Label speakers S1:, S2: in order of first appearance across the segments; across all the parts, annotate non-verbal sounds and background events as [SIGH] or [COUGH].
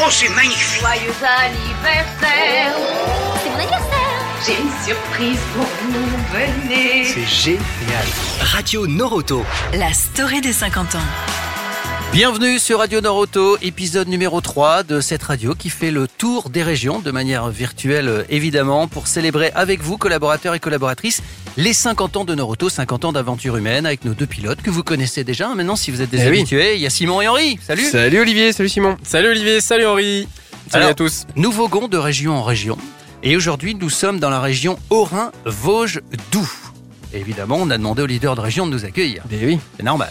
S1: Oh, c'est magnifique.
S2: Joyeux anniversaire.
S3: C'est mon anniversaire.
S2: J'ai une surprise pour vous. Venez.
S4: C'est génial. Radio Noroto.
S5: La story des 50 ans.
S6: Bienvenue sur Radio Noroto, épisode numéro 3 de cette radio qui fait le tour des régions de manière virtuelle évidemment pour célébrer avec vous collaborateurs et collaboratrices les 50 ans de Noroto, 50 ans d'aventure humaine avec nos deux pilotes que vous connaissez déjà. hein, Maintenant si vous êtes des
S7: Eh oui.
S6: habitués, il y a Simon et Henri. Salut.
S7: Salut Olivier, salut Simon.
S8: Salut Olivier, salut Henri.
S7: Salut
S6: Alors,
S7: à tous.
S6: Nous voguons de région en région et aujourd'hui nous sommes dans la région Haut-Rhin-Vosges-Doubs. Évidemment, on a demandé aux leaders de région de nous accueillir.
S7: Eh oui.
S6: C'est normal.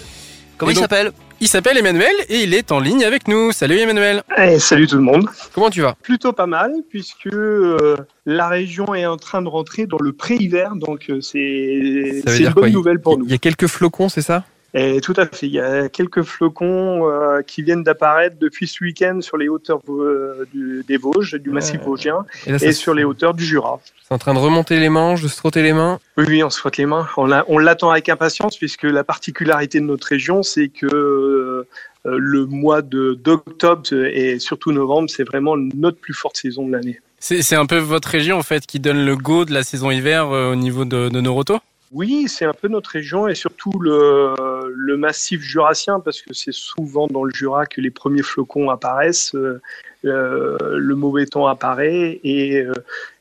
S6: Comment
S7: Et
S6: il
S7: donc-
S6: s'appelle
S7: Il s'appelle Emmanuel et il est en ligne avec nous. Salut Emmanuel.
S9: Eh, salut tout le monde.
S7: Comment tu vas
S9: Plutôt pas mal puisque euh, la région est en train de rentrer dans le pré-hiver, donc euh, c'est
S7: Ça
S9: c'est
S7: veut dire
S9: une bonne
S7: quoi,
S9: nouvelle pour nous.
S7: Il y a quelques flocons, c'est ça
S9: Et tout à fait, il y a quelques flocons euh, qui viennent d'apparaître depuis ce week-end sur les hauteurs euh, du- des Vosges, du massif
S7: Euh,
S9: vosgien,
S7: là, ça
S9: et
S7: se-
S9: sur les hauteurs du Jura.
S7: C'est en train de remonter les manches, de se frotter les mains.
S9: Oui, oui, on se frotte les mains. On l'a- on l'attend avec impatience puisque la particularité de notre région, c'est que euh, le mois de- d'octobre et surtout novembre, c'est vraiment notre plus forte saison de l'année.
S8: C'est c'est un peu votre région en fait qui donne le go de la saison hiver euh, au niveau de, de Noroto.
S9: Oui, c'est un peu notre région et surtout le, le massif jurassien, parce que c'est souvent dans le Jura que les premiers flocons apparaissent, euh, euh, le mauvais temps apparaît et, euh,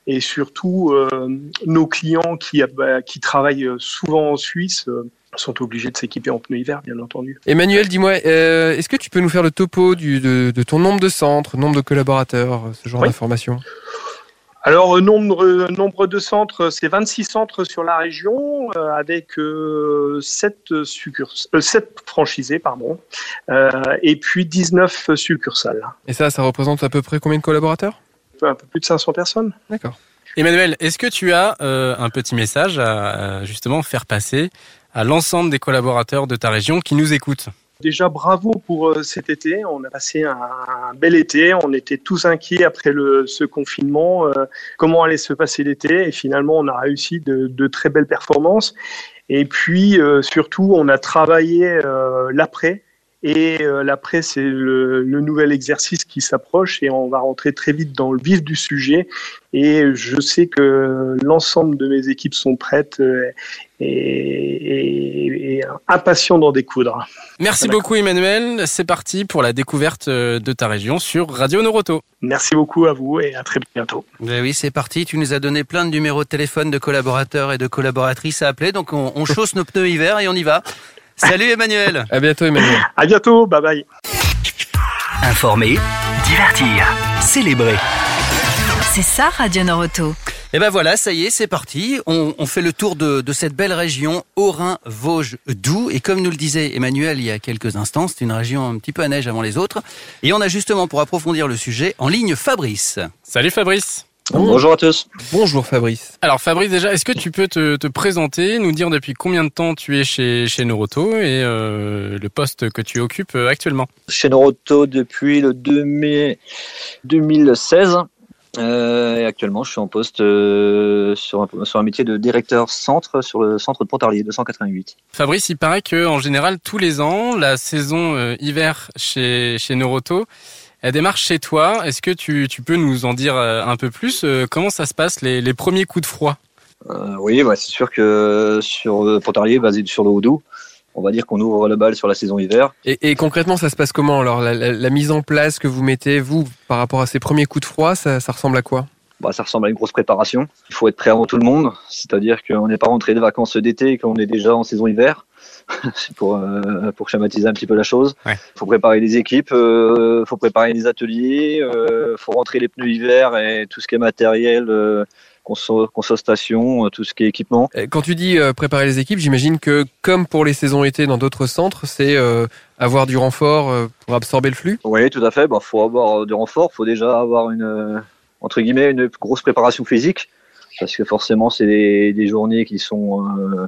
S9: et surtout euh, nos clients qui, euh, qui travaillent souvent en Suisse euh, sont obligés de s'équiper en pneus hiver, bien entendu.
S7: Emmanuel, dis-moi, euh, est-ce que tu peux nous faire le topo du- de, de ton nombre de centres, nombre de collaborateurs, ce genre
S9: Oui.
S7: d'informations
S9: Alors, euh, nombre, euh, nombre de centres, c'est 26 centres sur la région, euh, avec euh, 7, succurs- euh, 7 franchisés, pardon, euh, et puis 19 succursales.
S7: Et ça, ça représente à peu près combien de collaborateurs
S9: un peu plus de 500 personnes.
S7: D'accord.
S8: Emmanuel, est-ce que tu as euh, un petit message à euh, justement faire passer à l'ensemble des collaborateurs de ta région qui nous écoutent
S9: Déjà, bravo pour euh, cet été. On a passé un, un bel été. On était tous inquiets après le, ce confinement. euh, comment allait se passer l'été Et finalement, on a réussi de, de très belles performances. Et puis, euh, surtout, on a travaillé euh, l'après. Et euh, l'après, c'est le, le nouvel exercice qui s'approche et on va rentrer très vite dans le vif du sujet. Et je sais que l'ensemble de mes équipes sont prêtes euh, et, et- et impatients d'en découdre.
S8: Merci
S9: Ah, d'accord.
S8: beaucoup Emmanuel, c'est parti pour la découverte euh, de ta région sur Radio Noroto.
S9: Merci beaucoup à vous et à très bientôt.
S6: Eh oui, c'est parti. Tu nous as donné plein de numéros de téléphone de collaborateurs et de collaboratrices à appeler. Donc, on, on chausse nos pneus hiver et on y va. Salut Emmanuel.
S7: [LAUGHS] À bientôt, Emmanuel.
S9: À bientôt, bye bye.
S4: Informer, divertir, célébrer.
S5: C'est ça Radio Noroto.
S6: Et ben voilà, ça y est, c'est parti. On, on fait le tour de, de cette belle région, Haut-Rhin, Vosges, Doubs. Et comme nous le disait Emmanuel il y a quelques instants, c'est une région un petit peu à neige avant les autres. Et on a justement pour approfondir le sujet en ligne Fabrice.
S8: Salut Fabrice.
S10: Bonjour à tous.
S7: Bonjour, Fabrice.
S8: Alors Fabrice déjà, est-ce que tu peux te, te présenter, nous dire depuis combien de temps tu es chez, chez Noroto et euh, le poste que tu occupes euh, actuellement
S10: Chez Noroto depuis le 2000 2016. Euh, et actuellement, je suis en poste euh, sur, un, sur un métier de directeur centre sur le centre de Pontarlier 288.
S8: Fabrice, il paraît que en général tous les ans, la saison euh, hiver chez chez Noroto, elle démarre chez toi. Est-ce que tu, tu peux nous en dire euh, un peu plus euh, Comment ça se passe les, les premiers coups de froid
S10: Euh, oui, bah, c'est sûr que sur euh, Pontarlier, basé sur le Houdou, on va dire qu'on ouvre le bal sur la saison hiver.
S7: Et, et concrètement, ça se passe comment Alors, la, la- la mise en place que vous mettez, vous, par rapport à ces premiers coups de froid, ça, ça ressemble à quoi
S10: Bah, ça ressemble à une grosse préparation. Il faut être prêt avant tout le monde, c'est-à-dire qu'on n'est pas rentré de vacances d'été et qu'on est déjà en saison hiver. [LAUGHS] C'est pour euh, pour schématiser un petit peu la chose. Il
S8: Ouais.
S10: faut préparer les équipes, euh, faut préparer les ateliers, euh, faut rentrer les pneus hiver et tout ce qui est matériel, euh, conso, conso station, euh, tout ce qui est équipement.
S7: Euh, Quand tu dis euh, préparer les équipes, j'imagine que, comme pour les saisons été dans d'autres centres, c'est euh, avoir du renfort euh, pour absorber le flux
S10: Oui, tout à fait. Bah, faut avoir euh, du renfort, faut déjà avoir une euh, entre guillemets une grosse préparation physique, parce que forcément c'est des, des journées qui sont euh,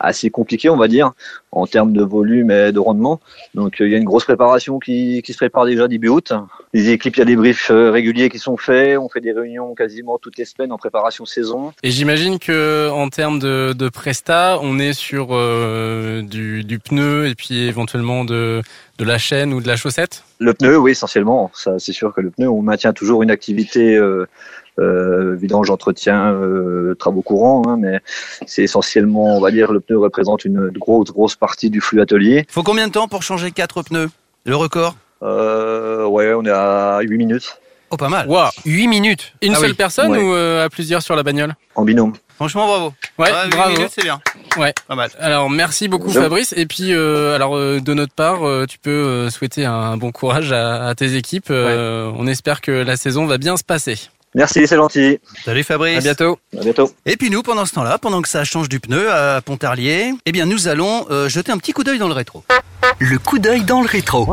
S10: assez compliqué, on va dire, en termes de volume et de rendement. Donc euh, il y a une grosse préparation qui, qui se prépare déjà début août. Les équipes, il y a des briefs euh, réguliers qui sont faits. On fait des réunions quasiment toutes les semaines en préparation saison.
S8: Et j'imagine que en termes de, de presta, on est sur euh, du, du pneu et puis éventuellement de, de la chaîne ou de la chaussette.
S10: Le pneu, oui, essentiellement. Ça, c'est sûr que le pneu, on maintient toujours une activité euh, euh, vidange, entretien, euh, travaux courants, hein, mais c'est essentiellement, on va dire, le pneu représente une grosse, grosse partie du flux atelier.
S6: Faut combien de temps pour changer quatre pneus Le record
S10: Euh, ouais, on est à 8 minutes
S6: Oh, pas mal.
S8: Waouh
S7: 8 minutes.
S8: Une
S7: Ah
S8: seule
S7: oui.
S8: personne
S10: Ouais.
S8: ou euh, à plusieurs sur la bagnole
S10: en binôme.
S6: Franchement, bravo.
S8: Ouais,
S6: Ah, huit
S8: bravo.
S6: minutes, c'est bien.
S8: Ouais.
S6: Pas mal.
S8: Alors merci beaucoup
S10: Bonjour.
S8: Fabrice. Et puis euh, alors euh, de notre part, euh, tu peux euh, souhaiter un bon courage à, à tes équipes. Euh, On espère que la saison va bien se passer.
S10: Merci, c'est gentil.
S6: Salut Fabrice.
S7: À bientôt.
S10: À bientôt.
S6: Et puis nous, pendant ce temps-là, pendant que ça change du pneu à Pontarlier, eh bien nous allons euh, jeter un petit coup d'œil dans le rétro.
S4: Le coup d'œil dans le rétro.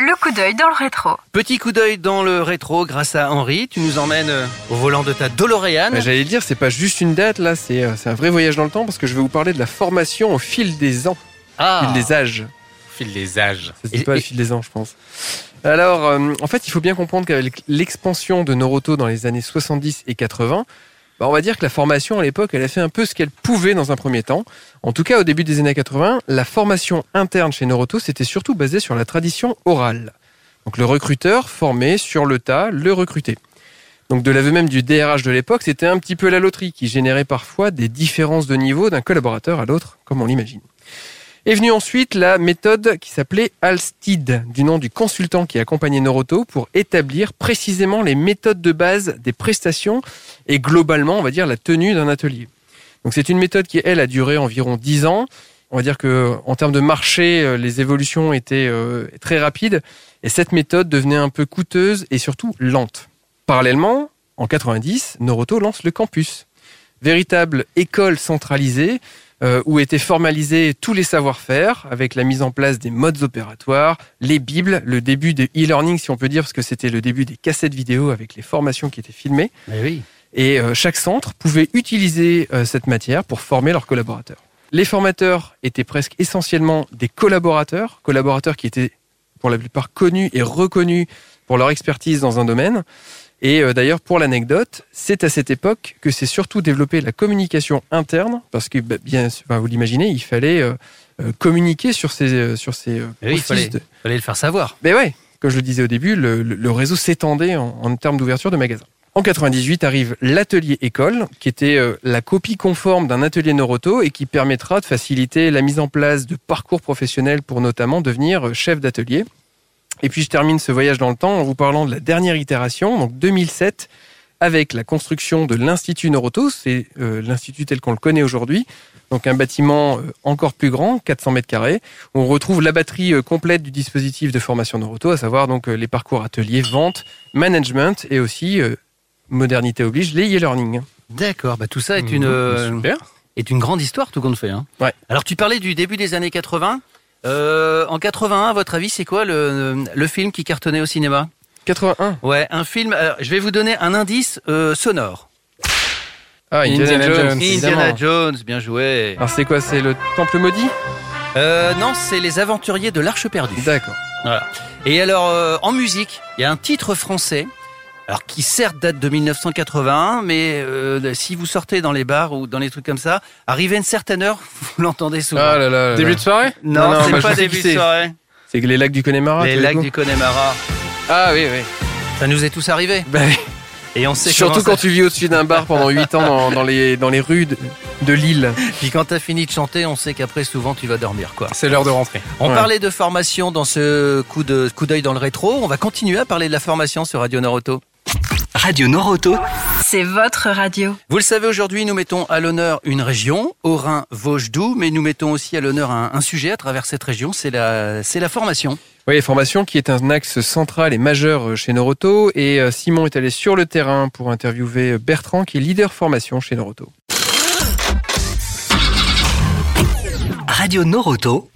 S5: Le coup d'œil dans le rétro.
S6: Petit coup d'œil dans le rétro grâce à Henri. Tu nous emmènes euh, au volant de ta DeLorean.
S7: Bah, J'allais dire, c'est pas juste une date là, c'est euh, c'est un vrai voyage dans le temps parce que je vais vous parler de la formation au fil des ans, au
S6: ah,
S7: fil des âges.
S8: File les âges.
S7: Ça se dit
S6: Et-
S7: pas
S6: et-
S7: au fil des ans, je pense. Alors, euh, en fait, il faut bien comprendre qu'avec l'expansion de Noroto dans les années 70 et 80, bah, on va dire que la formation à l'époque, elle a fait un peu ce qu'elle pouvait dans un premier temps. En tout cas, au début des années 80, la formation interne chez Noroto, c'était surtout basée sur la tradition orale. Donc le recruteur formé sur le tas, le recruté. Donc de l'aveu même du DRH de l'époque, c'était un petit peu la loterie qui générait parfois des différences de niveau d'un collaborateur à l'autre, comme on l'imagine. Est venue ensuite la méthode qui s'appelait Alstid, du nom du consultant qui accompagnait Noroto pour établir précisément les méthodes de base des prestations et globalement, on va dire, la tenue d'un atelier. Donc c'est une méthode qui, elle, a duré environ 10 ans. On va dire que en termes de marché, euh, les évolutions étaient euh, très rapides et cette méthode devenait un peu coûteuse et surtout lente. Parallèlement, en 90, Noroto lance le campus, véritable école centralisée euh, où étaient formalisés tous les savoir-faire, avec la mise en place des modes opératoires, les bibles, le début des e-learning, si on peut dire, parce que c'était le début des cassettes vidéo avec les formations qui étaient filmées.
S6: mais oui.
S7: Et euh, chaque centre pouvait utiliser euh, cette matière pour former leurs collaborateurs. Les formateurs étaient presque essentiellement des collaborateurs, collaborateurs qui étaient pour la plupart connus et reconnus pour leur expertise dans un domaine. Et euh, d'ailleurs, pour l'anecdote, c'est à cette époque que s'est surtout développée la communication interne, parce que, bah, bien, sûr, enfin, vous l'imaginez, il fallait euh, euh, communiquer sur ces, euh, sur ces euh,
S6: Eh oui, il
S7: processus
S6: fallait-
S7: de-
S6: Fallait le faire savoir.
S7: mais ouais, comme je le disais au début, le, le- le réseau s'étendait en, en termes d'ouverture de magasins. En 98 arrive l'atelier école, qui était euh, la copie conforme d'un atelier Noroto et qui permettra de faciliter la mise en place de parcours professionnels pour notamment devenir euh, chef d'atelier. Et puis je termine ce voyage dans le temps en vous parlant de la dernière itération, donc 2007, avec la construction de l'Institut Noroto, c'est euh, l'Institut tel qu'on le connaît aujourd'hui, donc un bâtiment euh, encore plus grand, 400 mètres carrés, on retrouve la batterie euh, complète du dispositif de formation Noroto, à savoir donc euh, les parcours ateliers, vente, management et aussi, euh, modernité oblige, les e-learning.
S6: D'accord, bah tout ça est une, euh,
S8: Super.
S6: est une grande histoire, tout compte fait. hein.
S7: Ouais.
S6: Alors, tu parlais du début des années 80. Euh, en 81, à votre avis, c'est quoi le, le film qui cartonnait au cinéma
S7: 81.
S6: Ouais, un film. alors, je vais vous donner un indice euh, sonore.
S7: Ah, Indiana,
S8: Indiana
S7: Jones.
S8: Jones,
S7: évidemment.
S6: Indiana Jones, bien joué.
S7: Alors c'est quoi C'est le temple maudit
S6: Euh, non, c'est Les Aventuriers de l'Arche perdue.
S7: D'accord.
S6: Et alors, euh, en musique, il y a un titre français, alors qui certes date de 1981, mais euh, si vous sortez dans les bars ou dans les trucs comme ça, arrivé à une certaine heure, [LAUGHS] vous l'entendez souvent.
S7: Ah là là là là.
S8: Début de soirée
S6: non,
S7: non, moi,
S6: c'est
S7: je
S6: pas
S7: sais
S6: début
S7: qui
S6: de
S7: c'est.
S6: soirée.
S7: C'est que les lacs du Connemara
S6: les
S7: tous
S6: lacs
S7: coups
S6: du Connemara.
S7: Ah oui, oui.
S6: Ça nous est tous arrivé.
S7: Bah oui.
S6: Et on sait
S7: Surtout quand
S6: comment ça-
S7: tu vis au-dessus d'un bar pendant 8 ans dans, dans les, dans les rues de, de
S6: [LAUGHS]
S7: Lille.
S6: Puis quand t'as fini de chanter, on sait qu'après souvent tu vas dormir quoi.
S8: C'est l'heure de rentrer.
S6: On
S7: Ouais.
S6: parlait de formation dans ce coup de coup d'œil dans le rétro. On va continuer à parler de la formation sur Radio Noroto.
S4: Radio Noroto.
S5: C'est votre radio.
S6: Vous le savez, aujourd'hui, nous mettons à l'honneur une région, Haut-Rhin-Vosges-Doubs, mais nous mettons aussi à l'honneur un, un sujet à travers cette région, c'est la, c'est la formation.
S7: Oui, formation qui est un axe central et majeur euh, chez Noroto. Et euh, Simon est allé sur le terrain pour interviewer euh, Bertrand, qui est leader formation chez Noroto.
S4: Radio Noroto.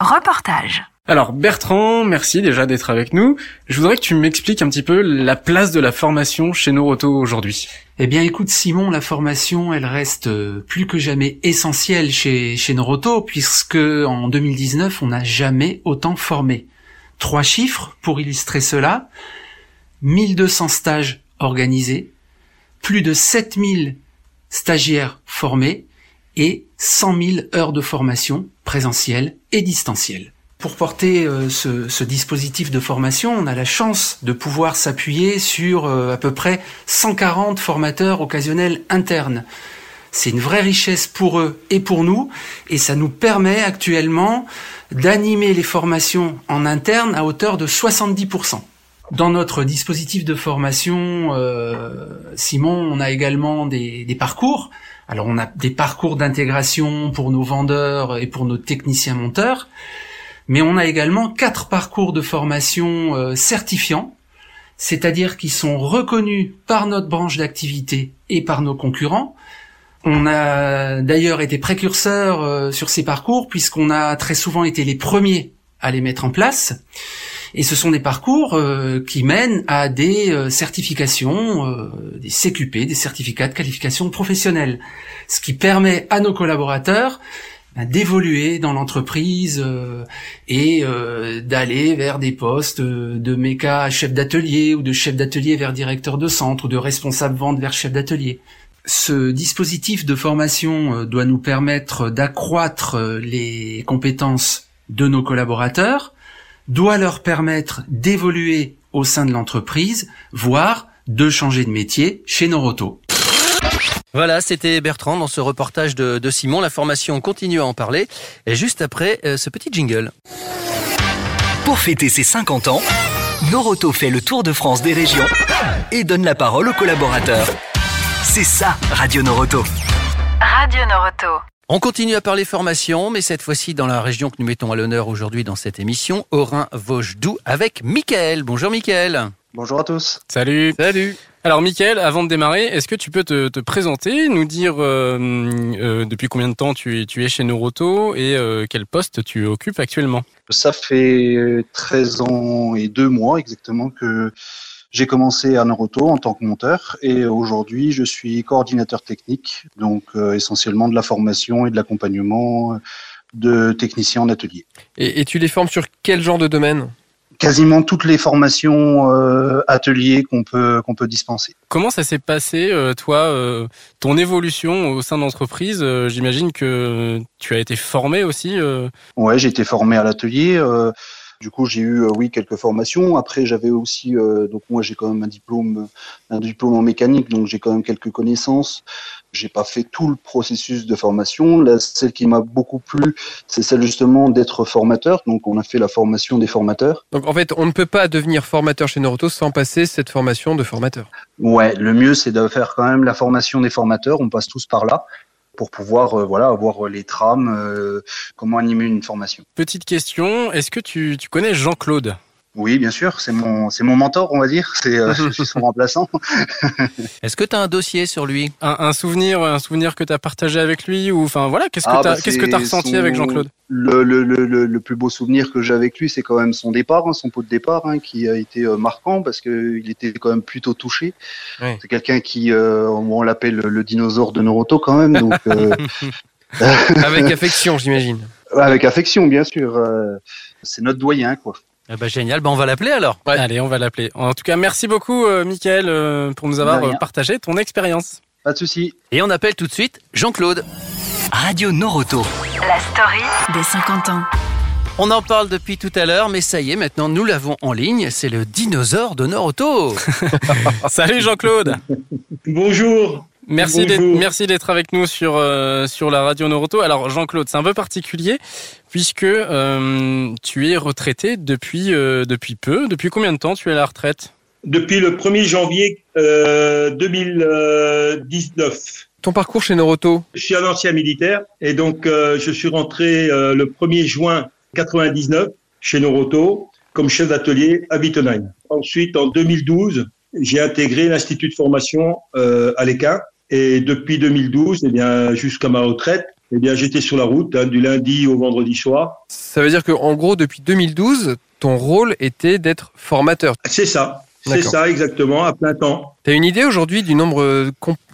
S5: Reportage.
S8: Alors Bertrand, merci déjà d'être avec nous. Je voudrais que tu m'expliques un petit peu la place de la formation chez Noroto aujourd'hui.
S1: Eh bien, écoute, Simon, la formation, elle reste euh, plus que jamais essentielle chez, chez Noroto, puisque en 2019, on n'a jamais autant formé. Trois chiffres pour illustrer cela. 1200 stages organisés, plus de 7000 stagiaires formés et 100 000 heures de formation présentielle et distancielle. Pour porter euh, ce, ce dispositif de formation, on a la chance de pouvoir s'appuyer sur euh, à peu près 140 formateurs occasionnels internes. C'est une vraie richesse pour eux et pour nous, et ça nous permet actuellement d'animer les formations en interne à hauteur de 70%. Dans notre dispositif de formation, euh, Simon, on a également des, des parcours. Alors on a des parcours d'intégration pour nos vendeurs et pour nos techniciens monteurs, mais on a également quatre parcours de formation euh, certifiants, c'est-à-dire qui sont reconnus par notre branche d'activité et par nos concurrents. On a d'ailleurs été précurseurs euh, sur ces parcours puisqu'on a très souvent été les premiers à les mettre en place. Et ce sont des parcours euh, qui mènent à des euh, certifications, euh, des CQP, des certificats de qualification professionnelle, ce qui permet à nos collaborateurs ben, d'évoluer dans l'entreprise euh, et euh, d'aller vers des postes euh, de méca à chef d'atelier ou de chef d'atelier vers directeur de centre ou de responsable vente vers chef d'atelier. Ce dispositif de formation euh, doit nous permettre d'accroître euh, les compétences de nos collaborateurs, doit leur permettre d'évoluer au sein de l'entreprise, voire de changer de métier chez Noroto.
S6: Voilà, c'était Bertrand dans ce reportage de, de Simon. La formation continue à en parler. Et juste après, euh, ce petit jingle.
S4: Pour fêter ses 50 ans, Noroto fait le tour de France des régions et donne la parole aux collaborateurs. C'est ça, Radio Noroto.
S5: Radio Noroto.
S6: On continue à parler formation, mais cette fois-ci dans la région que nous mettons à l'honneur aujourd'hui dans cette émission, Aurin-Vosges-Doubs, avec Mickaël. Bonjour Mickaël.
S10: Bonjour à tous.
S8: Salut
S7: Salut
S8: Alors Mickaël, avant de démarrer, est-ce que tu peux te, te présenter, nous dire euh, euh, depuis combien de temps tu, es- tu es chez Noroto et euh, quel poste tu occupes actuellement
S11: Ça fait 13 ans et deux mois exactement que j'ai commencé à Naruto en tant que monteur et aujourd'hui je suis coordinateur technique, donc euh, essentiellement de la formation et de l'accompagnement euh, de techniciens en atelier.
S7: Et, et tu les formes sur quel genre de domaine
S11: Quasiment toutes les formations euh, ateliers qu'on peut, qu'on peut dispenser.
S8: Comment ça s'est passé, euh, toi, euh, ton évolution au sein d'entreprise Euh, J'imagine que tu as été formé aussi. euh.
S11: Ouais, j'ai été formé à l'atelier. euh, du coup, j'ai eu euh, oui quelques formations. Après, j'avais aussi euh, donc moi j'ai quand même un diplôme, un diplôme en mécanique, donc j'ai quand même quelques connaissances. J'ai pas fait tout le processus de formation. Là, celle qui m'a beaucoup plu, c'est celle justement d'être formateur. Donc, on a fait la formation des formateurs.
S7: Donc en fait, on ne peut pas devenir formateur chez Naruto sans passer cette formation de formateur.
S11: Ouais, le mieux c'est de faire quand même la formation des formateurs. On passe tous par là pour pouvoir euh, voilà avoir les trames, euh, comment animer une formation.
S8: Petite question, est-ce que tu, tu connais Jean-Claude
S11: Oui, bien sûr, c'est mon c'est mon mentor, on va dire. C'est euh, [LAUGHS] je suis son remplaçant.
S6: Est-ce que tu as un dossier sur lui
S8: un, un souvenir, un souvenir que tu as partagé avec lui ou enfin voilà, qu'est-ce que
S11: Ah,
S8: tu as,
S11: bah,
S8: qu'est-ce que t'as
S11: c'est
S8: ressenti
S11: son-
S8: avec Jean-Claude
S11: le, le, le, le, le plus beau souvenir que j'ai avec lui, c'est quand même son départ, hein, son pot de départ, hein, qui a été euh, marquant parce que il était quand même plutôt touché.
S7: Oui.
S11: C'est quelqu'un qui, euh, on l'appelle le dinosaure de Naruto quand même, donc
S8: [LAUGHS]
S11: euh,
S7: [LAUGHS] Avec affection, j'imagine.
S11: [LAUGHS] avec affection bien sûr. euh, c'est notre doyen quoi.
S6: Ah bah génial, bah on va l'appeler alors.
S8: Allez, on va l'appeler. En tout cas, merci beaucoup, euh, Mickaël, euh, pour nous avoir
S11: De rien.
S8: euh, partagé ton expérience.
S11: Pas de souci.
S6: Et on appelle tout de suite Jean-Claude.
S4: Radio Noroto.
S5: La story des 50 ans.
S6: On en parle depuis tout à l'heure, mais ça y est, maintenant nous l'avons en ligne. C'est le dinosaure de Noroto.
S7: [LAUGHS]
S8: Salut Jean-Claude
S12: Bonjour.
S8: Merci d'être,
S12: Bonjour.
S8: merci d'être avec nous sur, euh, sur la radio Noroto. Alors Jean-Claude, c'est un peu particulier puisque euh, tu es retraité depuis, euh, depuis peu. Depuis combien de temps tu es à la retraite
S12: Depuis le 1er janvier euh, 2019,
S7: Ton parcours chez Naruto,
S12: je suis un ancien militaire et donc euh, je suis rentré euh, le 1er juin 99 chez Noroto comme chef d'atelier à Wittenheim. Ensuite, en 2012, j'ai intégré l'institut de formation euh, à l'ECA et depuis 2012, eh bien jusqu'à ma retraite, eh bien, j'étais sur la route hein, du lundi au vendredi soir.
S7: Ça veut dire qu'en gros, depuis 2012, ton rôle était d'être formateur.
S12: C'est ça, c'est ça exactement, à plein temps.
S7: Tu as une idée aujourd'hui du nombre euh,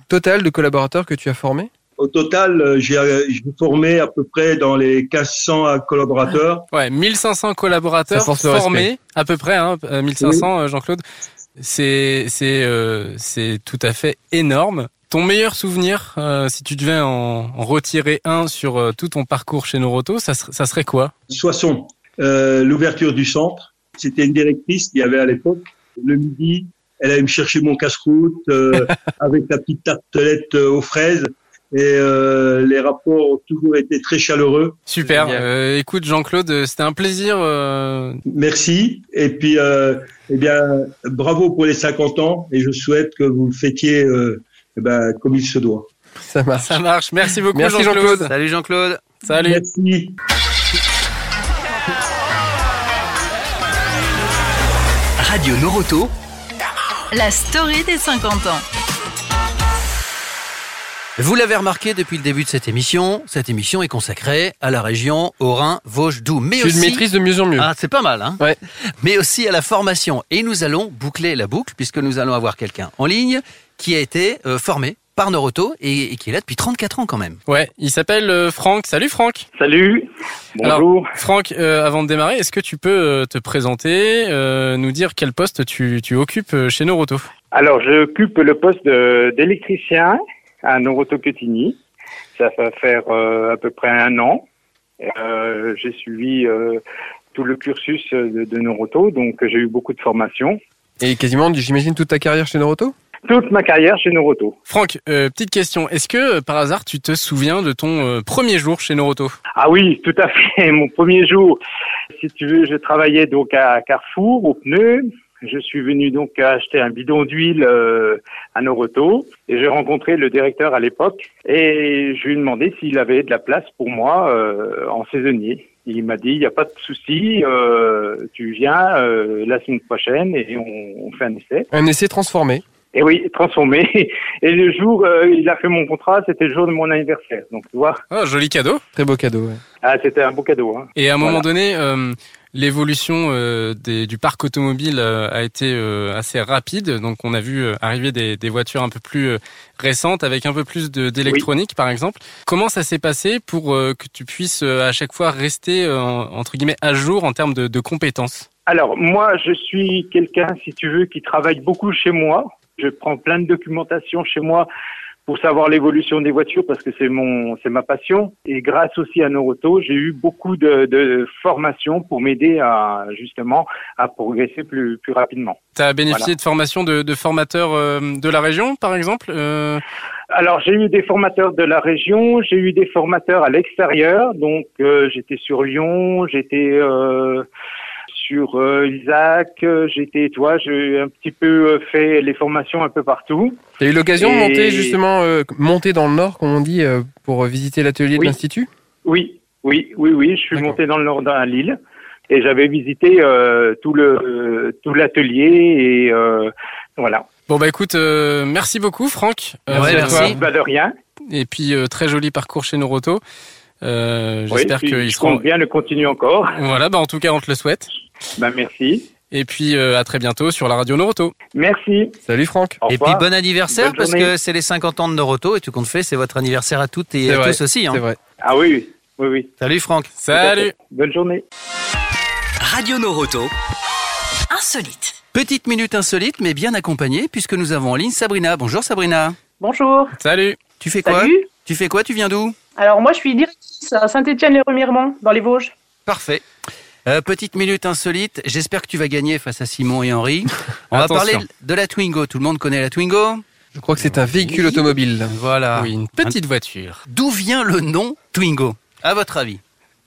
S7: total de collaborateurs que tu as formés
S12: Au total, euh, j'ai formé à peu près dans les 1500 collaborateurs.
S8: [LAUGHS] Ouais, 1500 collaborateurs
S7: force le
S8: formés,
S7: respect.
S8: à peu près, hein, 1500, euh, Jean-Claude. C'est c'est euh, c'est tout à fait énorme. Ton meilleur souvenir, euh, si tu devais en, en retirer un sur euh, tout ton parcours chez Noroto, ça, ser- ça serait quoi
S12: Soissons, euh, l'ouverture du centre, c'était une directrice qu'il y avait à l'époque. Le midi, elle allait me chercher mon casse-croûte
S8: [LAUGHS]
S12: euh, avec la petite tartelette euh, aux fraises. Et euh, les rapports ont toujours été très chaleureux.
S8: Super. Euh, écoute, Jean-Claude, euh, c'était un plaisir. euh,
S12: Merci. Et puis, euh, eh bien, bravo pour les 50 ans. Et je souhaite que vous le fêtiez euh, eh ben, comme il se doit.
S7: Ça marche.
S8: Ça marche. Merci beaucoup,
S7: Merci,
S8: Jean-Claude.
S7: Jean-Claude.
S6: Salut Jean-Claude.
S8: Salut.
S12: Merci.
S4: Radio Noroto,
S5: La story des 50 ans.
S6: Vous l'avez remarqué depuis le début de cette émission, cette émission est consacrée à la région au Rhin, Vosges, Doubs, mais
S7: Tu le
S6: aussi
S7: maîtrises de mieux en mieux.
S6: Ah, c'est pas mal, hein
S7: Ouais.
S6: Mais aussi à la formation. Et nous allons boucler la boucle puisque nous allons avoir quelqu'un en ligne qui a été euh, formé par Noroto et, et qui est là depuis 34 ans quand même.
S8: Ouais, il s'appelle euh, Franck. Salut Franck.
S13: Salut.
S8: Bonjour. Franck, euh, avant de démarrer, est-ce que tu peux euh, te présenter, euh, nous dire quel poste tu, tu occupes euh, chez Noroto
S13: Alors, j'occupe le poste de- d'électricien à Noroto Cutigny. Ça va faire euh, à peu près un an. Euh, j'ai suivi euh, tout le cursus de, de Noroto, donc euh, j'ai eu beaucoup de formations.
S7: Et quasiment, j'imagine, toute ta carrière chez Noroto
S13: Toute ma carrière chez Noroto.
S8: Franck, euh, petite question. Est-ce que euh, par hasard tu te souviens de ton euh, premier jour chez Noroto
S13: Ah oui, tout à fait. [LAUGHS] Mon premier jour, si tu veux, je travaillais donc à Carrefour au pneu. Je suis venu donc acheter un bidon d'huile euh, à Noroto et j'ai rencontré le directeur à l'époque et je lui ai demandé s'il avait de la place pour moi euh, en saisonnier. Il m'a dit il n'y a pas de souci, euh, tu viens euh, la semaine prochaine et on- on fait un essai.
S7: Un essai transformé.
S13: Et oui, [LAUGHS] transformé. Et le jour, euh, il a fait mon contrat, c'était le jour de mon anniversaire. Donc tu vois,
S8: Ah, joli cadeau.
S7: Très beau cadeau. ouais.
S13: ah, c'était un beau cadeau. Hein.
S8: Et à un moment
S13: Voilà.
S8: donné, euh, l'évolution euh, des- du parc automobile euh, a été euh, assez rapide. Donc, on a vu euh, arriver des, des voitures un peu plus euh, récentes avec un peu plus de- d'électronique, par exemple. Comment ça s'est passé pour euh, que tu puisses euh, à chaque fois rester euh, en- entre guillemets à jour en termes de, de compétences
S13: Alors, moi, je suis quelqu'un, si tu veux, qui travaille beaucoup chez moi. Je prends plein de documentation chez moi pour savoir l'évolution des voitures parce que c'est mon, c'est ma passion. Et grâce aussi à Noroto, j'ai eu beaucoup de, de formations pour m'aider à, justement, à progresser plus, plus rapidement.
S8: Tu as bénéficié
S13: Voilà.
S8: de formations de, de formateurs euh, de la région, par exemple Euh,
S13: Alors j'ai eu des formateurs de la région, j'ai eu des formateurs à l'extérieur, donc euh, j'étais sur Lyon, j'étais euh, sur euh, Isaac, euh, j'étais, toi, j'ai un petit peu euh, fait les formations un peu partout.
S7: T'as eu l'occasion de
S13: Et-
S7: monter justement, euh, monter dans le Nord, comme on dit, euh, pour visiter l'atelier
S13: Oui.
S7: de l'Institut
S13: Oui, oui, oui, oui, je suis monté dans le nord à Lille et j'avais visité euh, tout le euh, tout l'atelier et euh, voilà.
S8: Bon bah écoute, euh, merci beaucoup Franck. Euh,
S6: Ouais,
S8: c'est à
S6: merci.
S8: toi.
S13: Bah, de rien.
S8: Et puis euh, très joli parcours chez Noroto. Euh,
S13: Oui,
S8: J'espère
S13: puis
S8: qu'ils
S13: je compte
S8: seront
S13: bien le continuer encore.
S8: Voilà, bah en tout cas, on te le souhaite.
S13: Bah merci,
S8: Et puis, euh, à très bientôt sur la radio Noroto.
S13: merci.
S7: Salut Franck.
S13: Au
S6: et puis
S13: revoir.
S6: bon anniversaire
S13: Bonne
S6: parce
S13: journée.
S6: que c'est les 50 ans de Noroto et tout compte fait, c'est votre anniversaire à toutes et
S7: C'est
S6: à
S7: vrai,
S6: tous aussi. hein.
S7: C'est vrai.
S13: Ah oui, oui, oui.
S6: Salut Franck.
S8: Salut
S13: Bonne journée.
S4: Radio Noroto.
S5: Insolite.
S6: Petite minute insolite mais bien accompagnée puisque nous avons en ligne Sabrina. Bonjour Sabrina.
S14: Bonjour.
S8: Salut
S6: Tu fais quoi
S14: Salut.
S6: Tu fais quoi Tu viens d'où
S14: Alors moi, je suis directrice à Saint-Étienne-les-Remiremont, dans les Vosges.
S6: Parfait. Euh, petite minute insolite, j'espère que tu vas gagner face à Simon et
S7: [LAUGHS]
S6: Henri. On va
S8: Attention.
S6: parler de la Twingo, tout le monde connaît la Twingo
S7: Je crois que c'est un véhicule automobile.
S6: Voilà.
S8: Oui, une petite voiture.
S6: D'où vient le nom Twingo, à votre avis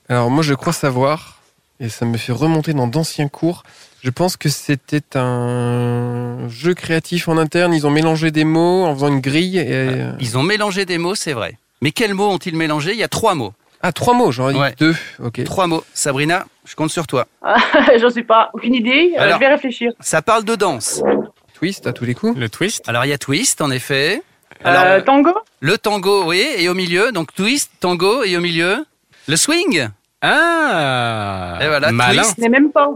S7: Alors moi, je crois savoir, et ça me fait remonter dans d'anciens cours. Je pense que c'était un jeu créatif en interne. Ils ont mélangé des mots en faisant une grille. Et...
S6: Ah,
S7: euh,
S6: Ils ont mélangé des mots, c'est vrai. Mais quels mots ont-ils mélangé Il y a trois mots.
S7: Ah, trois mots, j'en ai dit
S6: Ouais.
S7: deux. Ok.
S6: Trois mots. Sabrina, je compte sur toi.
S14: Ah, [LAUGHS] J'en suis pas, aucune idée. Euh,
S6: Alors.
S14: je vais réfléchir.
S6: Ça parle de danse.
S7: Twist à tous les coups.
S8: Le twist
S6: Alors il y a twist, en effet.
S14: Euh,
S6: Alors,
S14: tango
S6: Le tango, oui, et au milieu, donc twist, tango, et au milieu, le swing.
S8: Ah
S6: Et voilà,
S8: malin.
S6: twist.
S14: Mais même pas.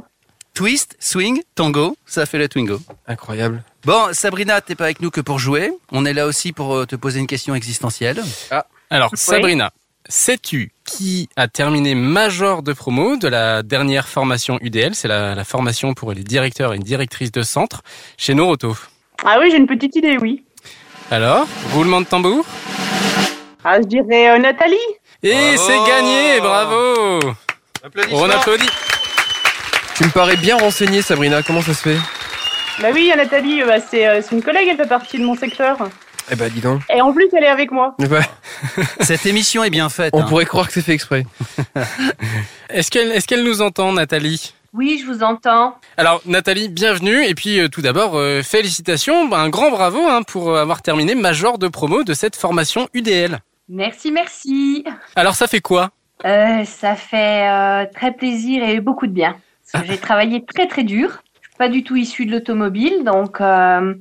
S6: Twist, swing, tango, ça fait le twingo.
S7: Incroyable.
S6: Bon, Sabrina, t'es pas avec nous que pour jouer. On est là aussi pour euh, te poser une question existentielle.
S7: Ah.
S8: Alors, Sabrina, sais-tu qui a terminé major de promo de la dernière formation UDL C'est la, la formation pour les directeurs et directrices de centre chez Noroto.
S14: Ah oui, j'ai une petite idée, oui.
S8: Alors, roulement de tambour
S14: Ah, je dirais euh, Nathalie.
S8: Et c'est gagné, Eh, bravo On applaudit
S7: Tu me parais bien renseigné, Sabrina. Comment ça se fait
S14: Bah oui, Nathalie, euh, bah, c'est euh, c'est une collègue, elle fait partie de mon secteur.
S7: Eh ben, dis donc.
S14: Et en plus, elle est avec moi.
S8: [LAUGHS]
S6: Cette émission est bien faite.
S7: On pourrait croire que c'est fait exprès.
S8: hein. [LAUGHS] Est-ce qu'elle est qu'elle nous entend, Nathalie
S2: Oui, je vous entends.
S8: Alors, Nathalie, bienvenue. Et puis, euh, tout d'abord, euh, félicitations. Bah, un grand bravo hein, pour euh, avoir terminé major de promo de cette formation UDL.
S2: Merci, merci.
S8: Alors, ça fait quoi
S2: Euh, ça fait euh, très plaisir et beaucoup de bien. Parce que j'ai travaillé très très dur. Je suis pas du tout issue de l'automobile, donc euh,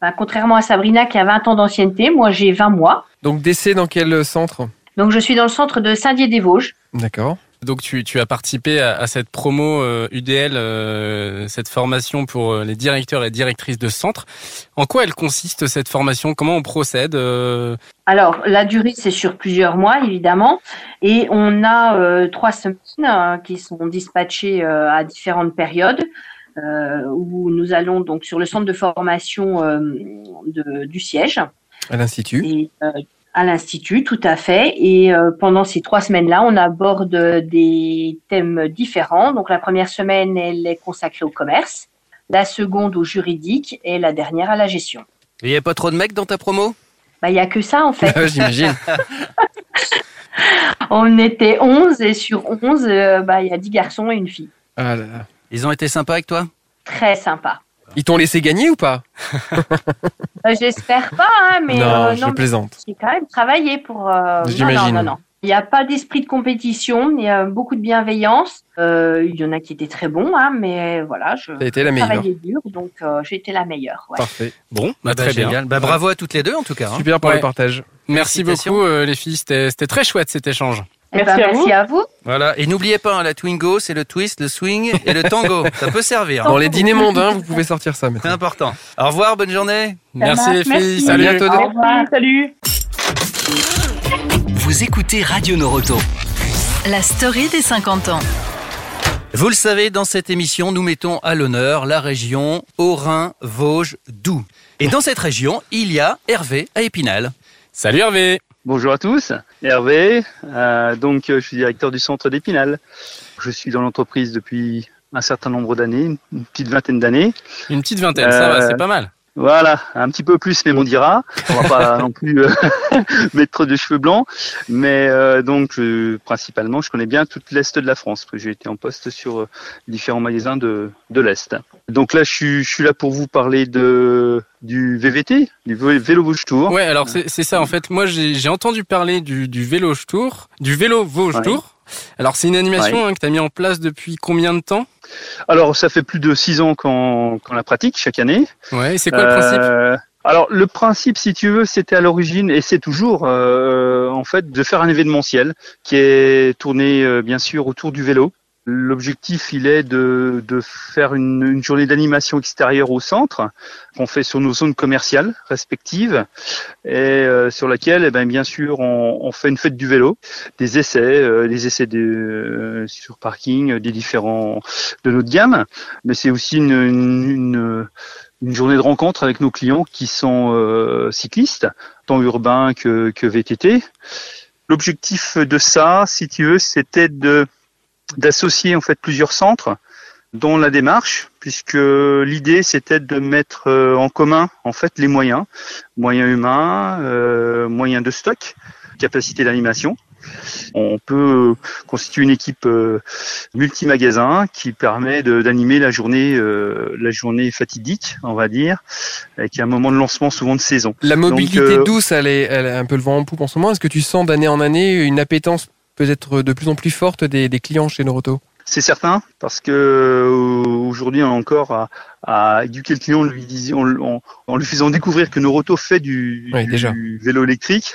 S2: bah, contrairement à Sabrina qui a 20 ans d'ancienneté, moi j'ai 20 mois.
S7: Donc, décès dans quel euh, centre
S2: Donc je suis dans le centre de Saint-Dié-des-Vosges.
S7: D'accord.
S8: Donc, tu, tu as participé à, à cette promo euh, UDL, euh, cette formation pour euh, les directeurs et directrices de centre. En quoi elle consiste, cette formation Comment on procède euh,
S2: Alors, la durée, c'est sur plusieurs mois, évidemment. Et on a euh, trois semaines euh, qui sont dispatchées euh, à différentes périodes, euh, où nous allons donc sur le centre de formation euh, de- du siège,
S7: À l'Institut.
S2: et, euh, à l'Institut, tout à fait. Et euh, pendant ces trois semaines-là, on aborde des thèmes différents. Donc, la première semaine, elle est consacrée au commerce, la seconde au juridique et la dernière à la gestion.
S6: Il n'y a pas trop de mecs dans ta promo Bah,
S2: Bah, Il n'y a que ça, en
S6: [LAUGHS]
S2: fait.
S7: [LAUGHS] J'imagine.
S2: On était 11 et sur 11, euh, bah, il y a 10 garçons et une fille.
S7: Ah là là.
S6: Ils ont été sympas avec toi
S2: Très sympa.
S7: Ils t'ont laissé gagner ou pas
S2: Euh, J'espère pas, hein, mais.
S7: Non,
S2: euh,
S7: je
S2: mais
S7: plaisante.
S2: J'ai quand même travaillé pour. euh, non,
S7: J'imagine.
S2: Non, non, non. Il n'y a pas d'esprit de compétition, il y a beaucoup de bienveillance. Euh, Il y en a qui étaient très bons, hein, mais voilà, je
S7: T'as été la meilleure.
S2: travaillais dur, donc euh, j'ai été la meilleure. ouais.
S7: Parfait.
S8: Bon,
S6: Bah,
S8: bah, très bien.
S6: génial. Bah, bravo à toutes les deux en tout cas. hein.
S7: Super pour
S8: Ouais.
S7: le partage.
S8: Merci beaucoup, euh, les filles. C'était c'était très chouette cet échange.
S2: Eh ben,
S14: Merci à vous.
S2: merci à vous.
S6: Voilà. Et n'oubliez pas, hein, la Twingo, c'est le twist, le swing et le
S8: [LAUGHS]
S6: tango. ça peut servir.
S7: Dans les
S6: [LAUGHS]
S7: dîners mondains, vous pouvez sortir ça
S6: C'est
S7: maintenant.
S6: important. Au revoir, bonne journée.
S8: Merci, les filles.
S14: Merci.
S8: Salut.
S7: À bientôt.
S2: Au revoir.
S14: Merci, Ah, salut.
S4: Vous écoutez Radio Noroto.
S5: La story des 50 ans.
S6: Vous le savez, dans cette émission, nous mettons à l'honneur la région Haut-Rhin-Vosges-Doubs. Et dans cette région, il y a Hervé à Épinal.
S8: Salut, Hervé.
S15: Bonjour à tous, Hervé. euh, donc, euh, je suis directeur du centre d'Épinal. Je suis dans l'entreprise depuis un certain nombre d'années, une petite vingtaine d'années.
S8: Une petite vingtaine, ça va,
S15: Euh,
S8: c'est pas mal.
S15: Voilà, un petit peu plus, mais on dira. On va pas non plus euh, [LAUGHS] mettre trop de cheveux blancs. Mais euh, donc, je- principalement, je connais bien tout l'Est de la France, parce que j'ai été en poste sur euh, différents magasins de, de l'Est. Donc là, je suis, je suis là pour vous parler de, du VVT, du vé- vélo Vosges Tour.
S8: Ouais, alors c'est c'est ça en fait. Moi, j'ai j'ai entendu parler du, du vélo Tour, du vélo Vosges
S15: Ouais.
S8: Tour. Alors c'est une animation hein, que tu as mis en place depuis combien de temps
S15: Alors, ça fait plus de six ans qu'on qu'on la pratique chaque année.
S8: Ouais, et c'est quoi le principe
S15: Euh, Alors le principe, si tu veux, c'était à l'origine et c'est toujours euh, en fait de faire un événementiel qui est tourné euh, bien sûr autour du vélo. L'objectif, il est de, de faire une, une journée d'animation extérieure au centre qu'on fait sur nos zones commerciales respectives et euh, sur laquelle, eh ben, bien sûr, on, on fait une fête du vélo, des essais, euh, des essais de, euh, sur parking, euh, des différents de notre gamme, mais c'est aussi une, une, une- une journée de rencontre avec nos clients qui sont euh, cyclistes, tant urbains que, que VTT. L'objectif de ça, si tu veux, c'était de d'associer en fait plusieurs centres dans la démarche, puisque l'idée c'était de mettre euh, en commun en fait les moyens, moyens humains, euh, moyens de stock, capacité d'animation. On peut constituer une équipe euh, multi-magasin qui permet de- d'animer la journée, euh, la journée fatidique, on va dire, avec un moment de lancement souvent de saison.
S7: La mobilité
S15: euh,
S7: douce, elle, est, elle a un peu le vent en poupe en ce moment. Est-ce que tu sens d'année en année une appétence peut-être de plus en plus forte des, des clients chez Noroto
S15: C'est certain, parce que euh, aujourd'hui encore à, à éduquer le client en lui, disant, en, en lui faisant découvrir que Noroto fait du,
S7: Oui,
S15: du
S7: déjà.
S15: vélo électrique,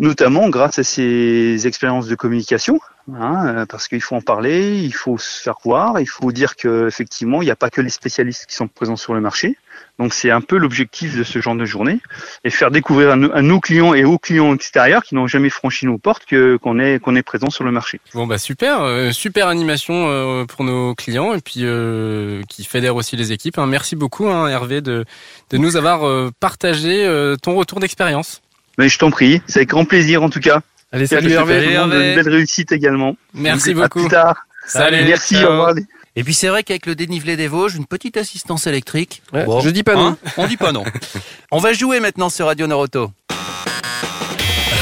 S15: notamment grâce à ses expériences de communication, hein, euh, parce qu'il faut en parler, il faut se faire voir, il faut dire que effectivement il n'y a pas que les spécialistes qui sont présents sur le marché. Donc c'est un peu l'objectif de ce genre de journée, et faire découvrir à, nos- à nos clients et aux clients extérieurs qui n'ont jamais franchi nos portes que qu'on est qu'on est présent sur le marché.
S8: Bon bah super, euh, super animation euh, pour nos clients et puis euh, qui fédère aussi les équipes. hein. Merci beaucoup hein, Hervé de, de nous avoir euh, partagé euh, ton retour d'expérience.
S15: Mais je t'en prie, c'est avec grand plaisir en tout cas.
S8: Allez,
S15: J'espère
S8: salut
S15: que ça
S8: Hervé.
S15: fait tout le monde
S8: Salut,
S15: Une
S8: Hervé.
S15: belle réussite également.
S6: Merci
S15: À
S6: beaucoup.
S15: plus tard.
S6: Salut,
S15: Merci.
S6: ciao.
S15: Au revoir.
S6: Et puis c'est vrai qu'avec le dénivelé des Vosges, une petite assistance électrique. Hein
S7: Ouais, je dis pas non.
S6: on dit
S7: [LAUGHS]
S6: pas non. on va jouer maintenant sur Radio Noroto.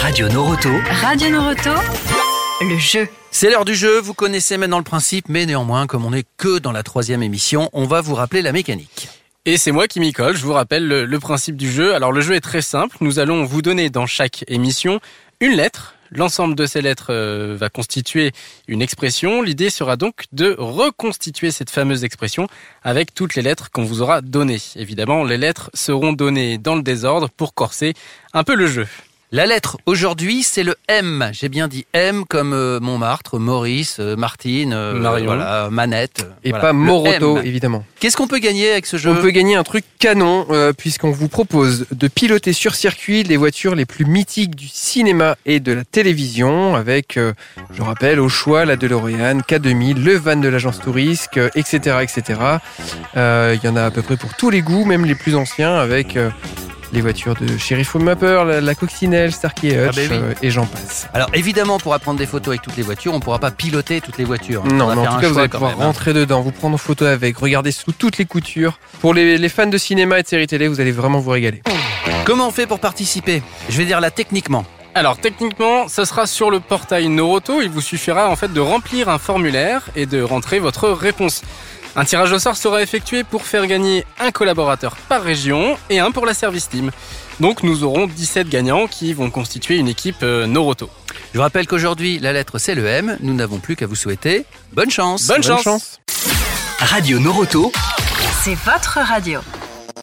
S4: Radio Noroto.
S5: Radio Noroto, le jeu.
S6: C'est l'heure du jeu, vous connaissez maintenant le principe, mais néanmoins, comme on n'est que dans la troisième émission, on va vous rappeler la mécanique.
S8: Et c'est moi qui m'y colle, je vous rappelle le, le principe du jeu. Alors le jeu est très simple, nous allons vous donner dans chaque émission une lettre. L'ensemble de ces lettres euh, va constituer une expression. L'idée sera donc de reconstituer cette fameuse expression avec toutes les lettres qu'on vous aura données. Évidemment, les lettres seront données dans le désordre pour corser un peu le jeu.
S6: La lettre aujourd'hui, c'est le M. J'ai bien dit M comme euh, Montmartre, Maurice, euh, Martine, euh,
S7: Marion.
S6: voilà, Manette. euh,
S7: Et
S6: voilà.
S7: pas
S6: Le
S7: Moroto,
S6: M.
S7: évidemment.
S6: Qu'est-ce qu'on peut gagner avec ce jeu
S7: On peut gagner un truc canon, euh, puisqu'on vous propose de piloter sur circuit les voitures les plus mythiques du cinéma et de la télévision, avec, euh, je rappelle, au choix la DeLorean, K2000, le van de l'agence Tourisque, euh, etc. etc. Euh, Il y en a à peu près pour tous les goûts, même les plus anciens, avec euh, les voitures de Sheriff Mapper, la, la Coccinelle, Starkey et Hutch,
S6: Ah ben oui.
S7: euh, et j'en passe.
S6: Alors évidemment, pour prendre des photos avec toutes les voitures, on ne pourra pas piloter toutes les voitures. On
S7: Non,
S6: va
S7: mais
S6: faire
S7: en tout
S6: un
S7: cas, vous
S6: choix
S7: allez
S6: quand
S7: pouvoir
S6: même, hein.
S7: rentrer dedans, vous prendre en photo avec, regarder sous toutes les coutures. Pour les, les fans de cinéma et de séries télé, vous allez vraiment vous régaler.
S6: Comment on fait pour participer Je vais dire là techniquement.
S8: Alors techniquement, ça sera sur le portail Noroto. Il vous suffira en fait de remplir un formulaire et de rentrer votre réponse. Un tirage au sort sera effectué pour faire gagner un collaborateur par région et un pour la service team. Donc nous aurons 17 gagnants qui vont constituer une équipe euh, Noroto.
S6: Je vous rappelle qu'aujourd'hui, la lettre c'est le M. Nous n'avons plus qu'à vous souhaiter bonne chance.
S8: Bonne Bonne chance. chance.
S6: Radio Noroto.
S5: C'est votre radio.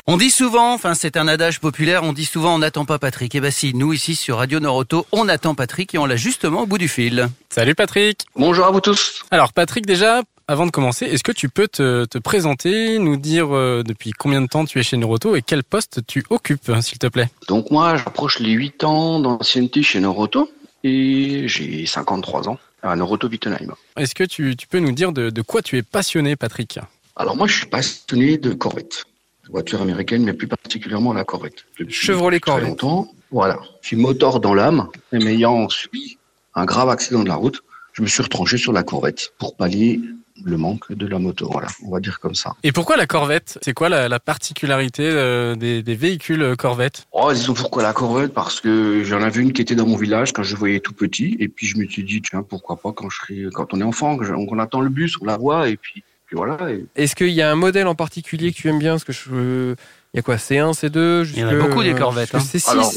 S6: On dit souvent, enfin c'est un adage populaire, on dit souvent on n'attend pas Patrick. Et ben si, nous ici sur Radio Noroto, on attend Patrick et on l'a justement au bout du fil.
S8: Salut Patrick
S16: Bonjour à vous tous
S8: Alors Patrick déjà, avant de commencer, est-ce que tu peux te, te présenter, nous dire euh, depuis combien de temps tu es chez Noroto et quel poste tu occupes s'il te plaît
S16: Donc moi, j'approche les 8 ans d'ancienneté chez Noroto et j'ai 53 ans à Noroto Wittenheim.
S8: Est-ce que tu, tu peux nous dire de, de quoi tu es passionné Patrick
S16: Alors moi, je suis passionné de Corvette, voiture américaine, mais plus particulièrement la Corvette. Depuis
S7: Chevrolet
S16: très
S7: Corvette.
S16: longtemps, voilà. Je suis moteur dans l'âme, et m'ayant subi un grave accident de la route, je me suis retranché sur la Corvette pour pallier le manque de la moto. Voilà, on va dire comme ça.
S8: Et pourquoi la Corvette C'est quoi la, la particularité euh, des, des véhicules Corvette
S16: Oh, disons pourquoi la Corvette Parce que j'en avais une qui était dans mon village quand je voyais tout petit, et puis je me suis dit tiens pourquoi pas quand je serai, quand on est enfant, que je- qu'on attend le bus, on la voit, et puis, puis voilà. et-
S7: Est-ce qu'il y a un modèle en particulier que tu aimes bien Parce que je. Il y a quoi C1, C2
S16: Il y en a
S7: jusque-
S16: beaucoup, des Corvettes,
S7: jusque
S16: hein.
S7: C6
S16: Alors,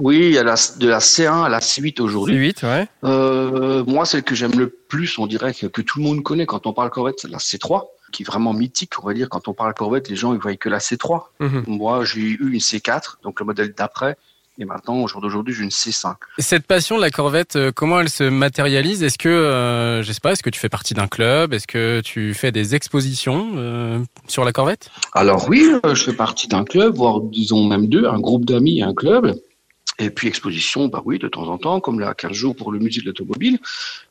S16: Oui, il y a la- de la C1 à la C8 aujourd'hui.
S7: C8, ouais.
S16: Euh, moi, celle que j'aime le plus, on dirait que, que tout le monde connaît quand on parle Corvette, c'est la C3, qui est vraiment mythique, on va dire. Quand on parle Corvette, les gens ils voient que la C3.
S7: Mhm.
S16: Moi, j'ai eu une C4, donc le modèle d'après, et maintenant, au jour d'aujourd'hui, j'ai une C5.
S8: Cette passion de la Corvette, euh, comment elle se matérialise Est-ce que, euh, je sais pas, est-ce que tu fais partie d'un club Est-ce que tu fais des expositions euh, sur la Corvette
S16: Alors oui, euh, je fais partie d'un club, voire disons même deux, un groupe d'amis et un club. Et puis exposition, bah oui, de temps en temps, comme là, 15 jours pour le musée de l'automobile.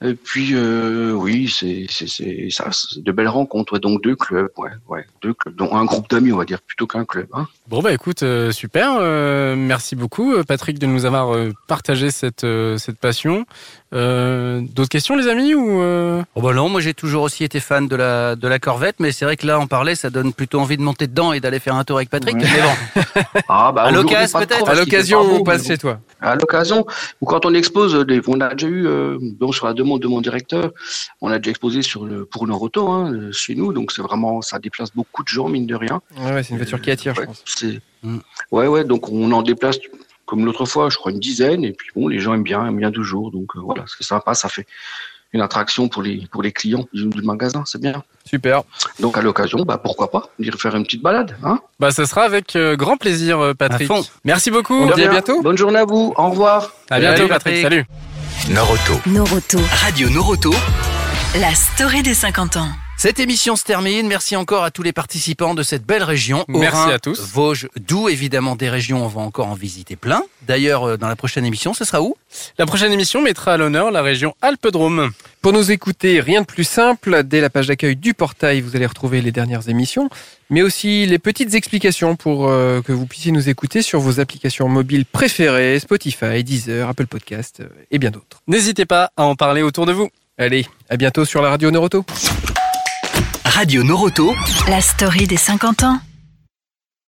S16: Et puis, euh, oui, c'est c'est- c'est- ça, c'est de belles rencontres. ouais. donc deux clubs, ouais, ouais, deux clubs, dont un groupe d'amis, on va dire, plutôt qu'un club.
S6: [LAUGHS]
S16: hein.
S8: Bon bah écoute, euh, super, euh, merci beaucoup euh, Patrick de nous avoir euh, partagé cette, euh, cette passion. Euh, D'autres questions les amis ou euh,
S6: Oh bah non, moi j'ai toujours aussi été fan de la, de la Corvette, mais c'est vrai que là en parler, ça donne plutôt envie de monter dedans et d'aller faire un tour avec Patrick. Mais bon,
S16: Ah, bah,
S6: À
S16: aujourd'hui,
S6: l'occasion,
S16: pas de
S6: peut-être.
S16: croix,
S6: À
S16: parce qu'il fait
S6: l'occasion,
S16: pas beau,
S6: on passe
S16: mais
S6: chez
S16: bon.
S7: toi.
S16: À l'occasion, ou quand on expose, euh, des- on a déjà eu, euh, donc sur la demande de mon directeur, on a déjà exposé sur le, pour Noroto, hein, euh, chez nous, donc c'est vraiment, ça déplace beaucoup de gens, mine de rien.
S7: Ouais, ouais, c'est une voiture qui attire, je pense.
S16: C'est- Ouais, ouais, donc on en déplace comme l'autre fois, je crois une dizaine, et puis bon, les gens aiment bien, aiment bien toujours, donc euh, voilà, c'est sympa, ça fait. une attraction pour les, pour les clients du, du magasin, c'est bien.
S7: Super.
S16: Donc à l'occasion, bah, pourquoi pas, on irait faire une petite balade. Hein
S8: Bah, ça sera avec euh, grand plaisir, euh, Patrick.
S16: À fond.
S8: Merci beaucoup.
S16: On dit à bientôt. Bonne journée à vous. Au revoir.
S8: À bientôt, Patrick. Salut.
S4: Noroto.
S5: Noroto.
S4: Radio Noroto.
S5: [LAUGHS] La story des 50 ans.
S6: Cette émission se termine. Merci encore à tous les participants de cette belle région.
S8: Merci
S6: Haut-Rhin,
S8: à tous.
S6: Vosges, d'où évidemment des régions, on va encore en visiter plein. D'ailleurs, euh, dans la prochaine émission, ce sera où
S8: La prochaine émission mettra à l'honneur la région Alpes-Drôme.
S7: Pour nous écouter, rien de plus simple. Dès la page d'accueil du portail, vous allez retrouver les dernières émissions, mais aussi les petites explications pour euh, que vous puissiez nous écouter sur vos applications mobiles préférées, Spotify, Deezer, Apple Podcast euh, et bien d'autres.
S8: N'hésitez pas à en parler autour de vous.
S7: Allez, à bientôt sur la radio Neuroto.
S4: Radio Noroto.
S5: La story des 50 ans.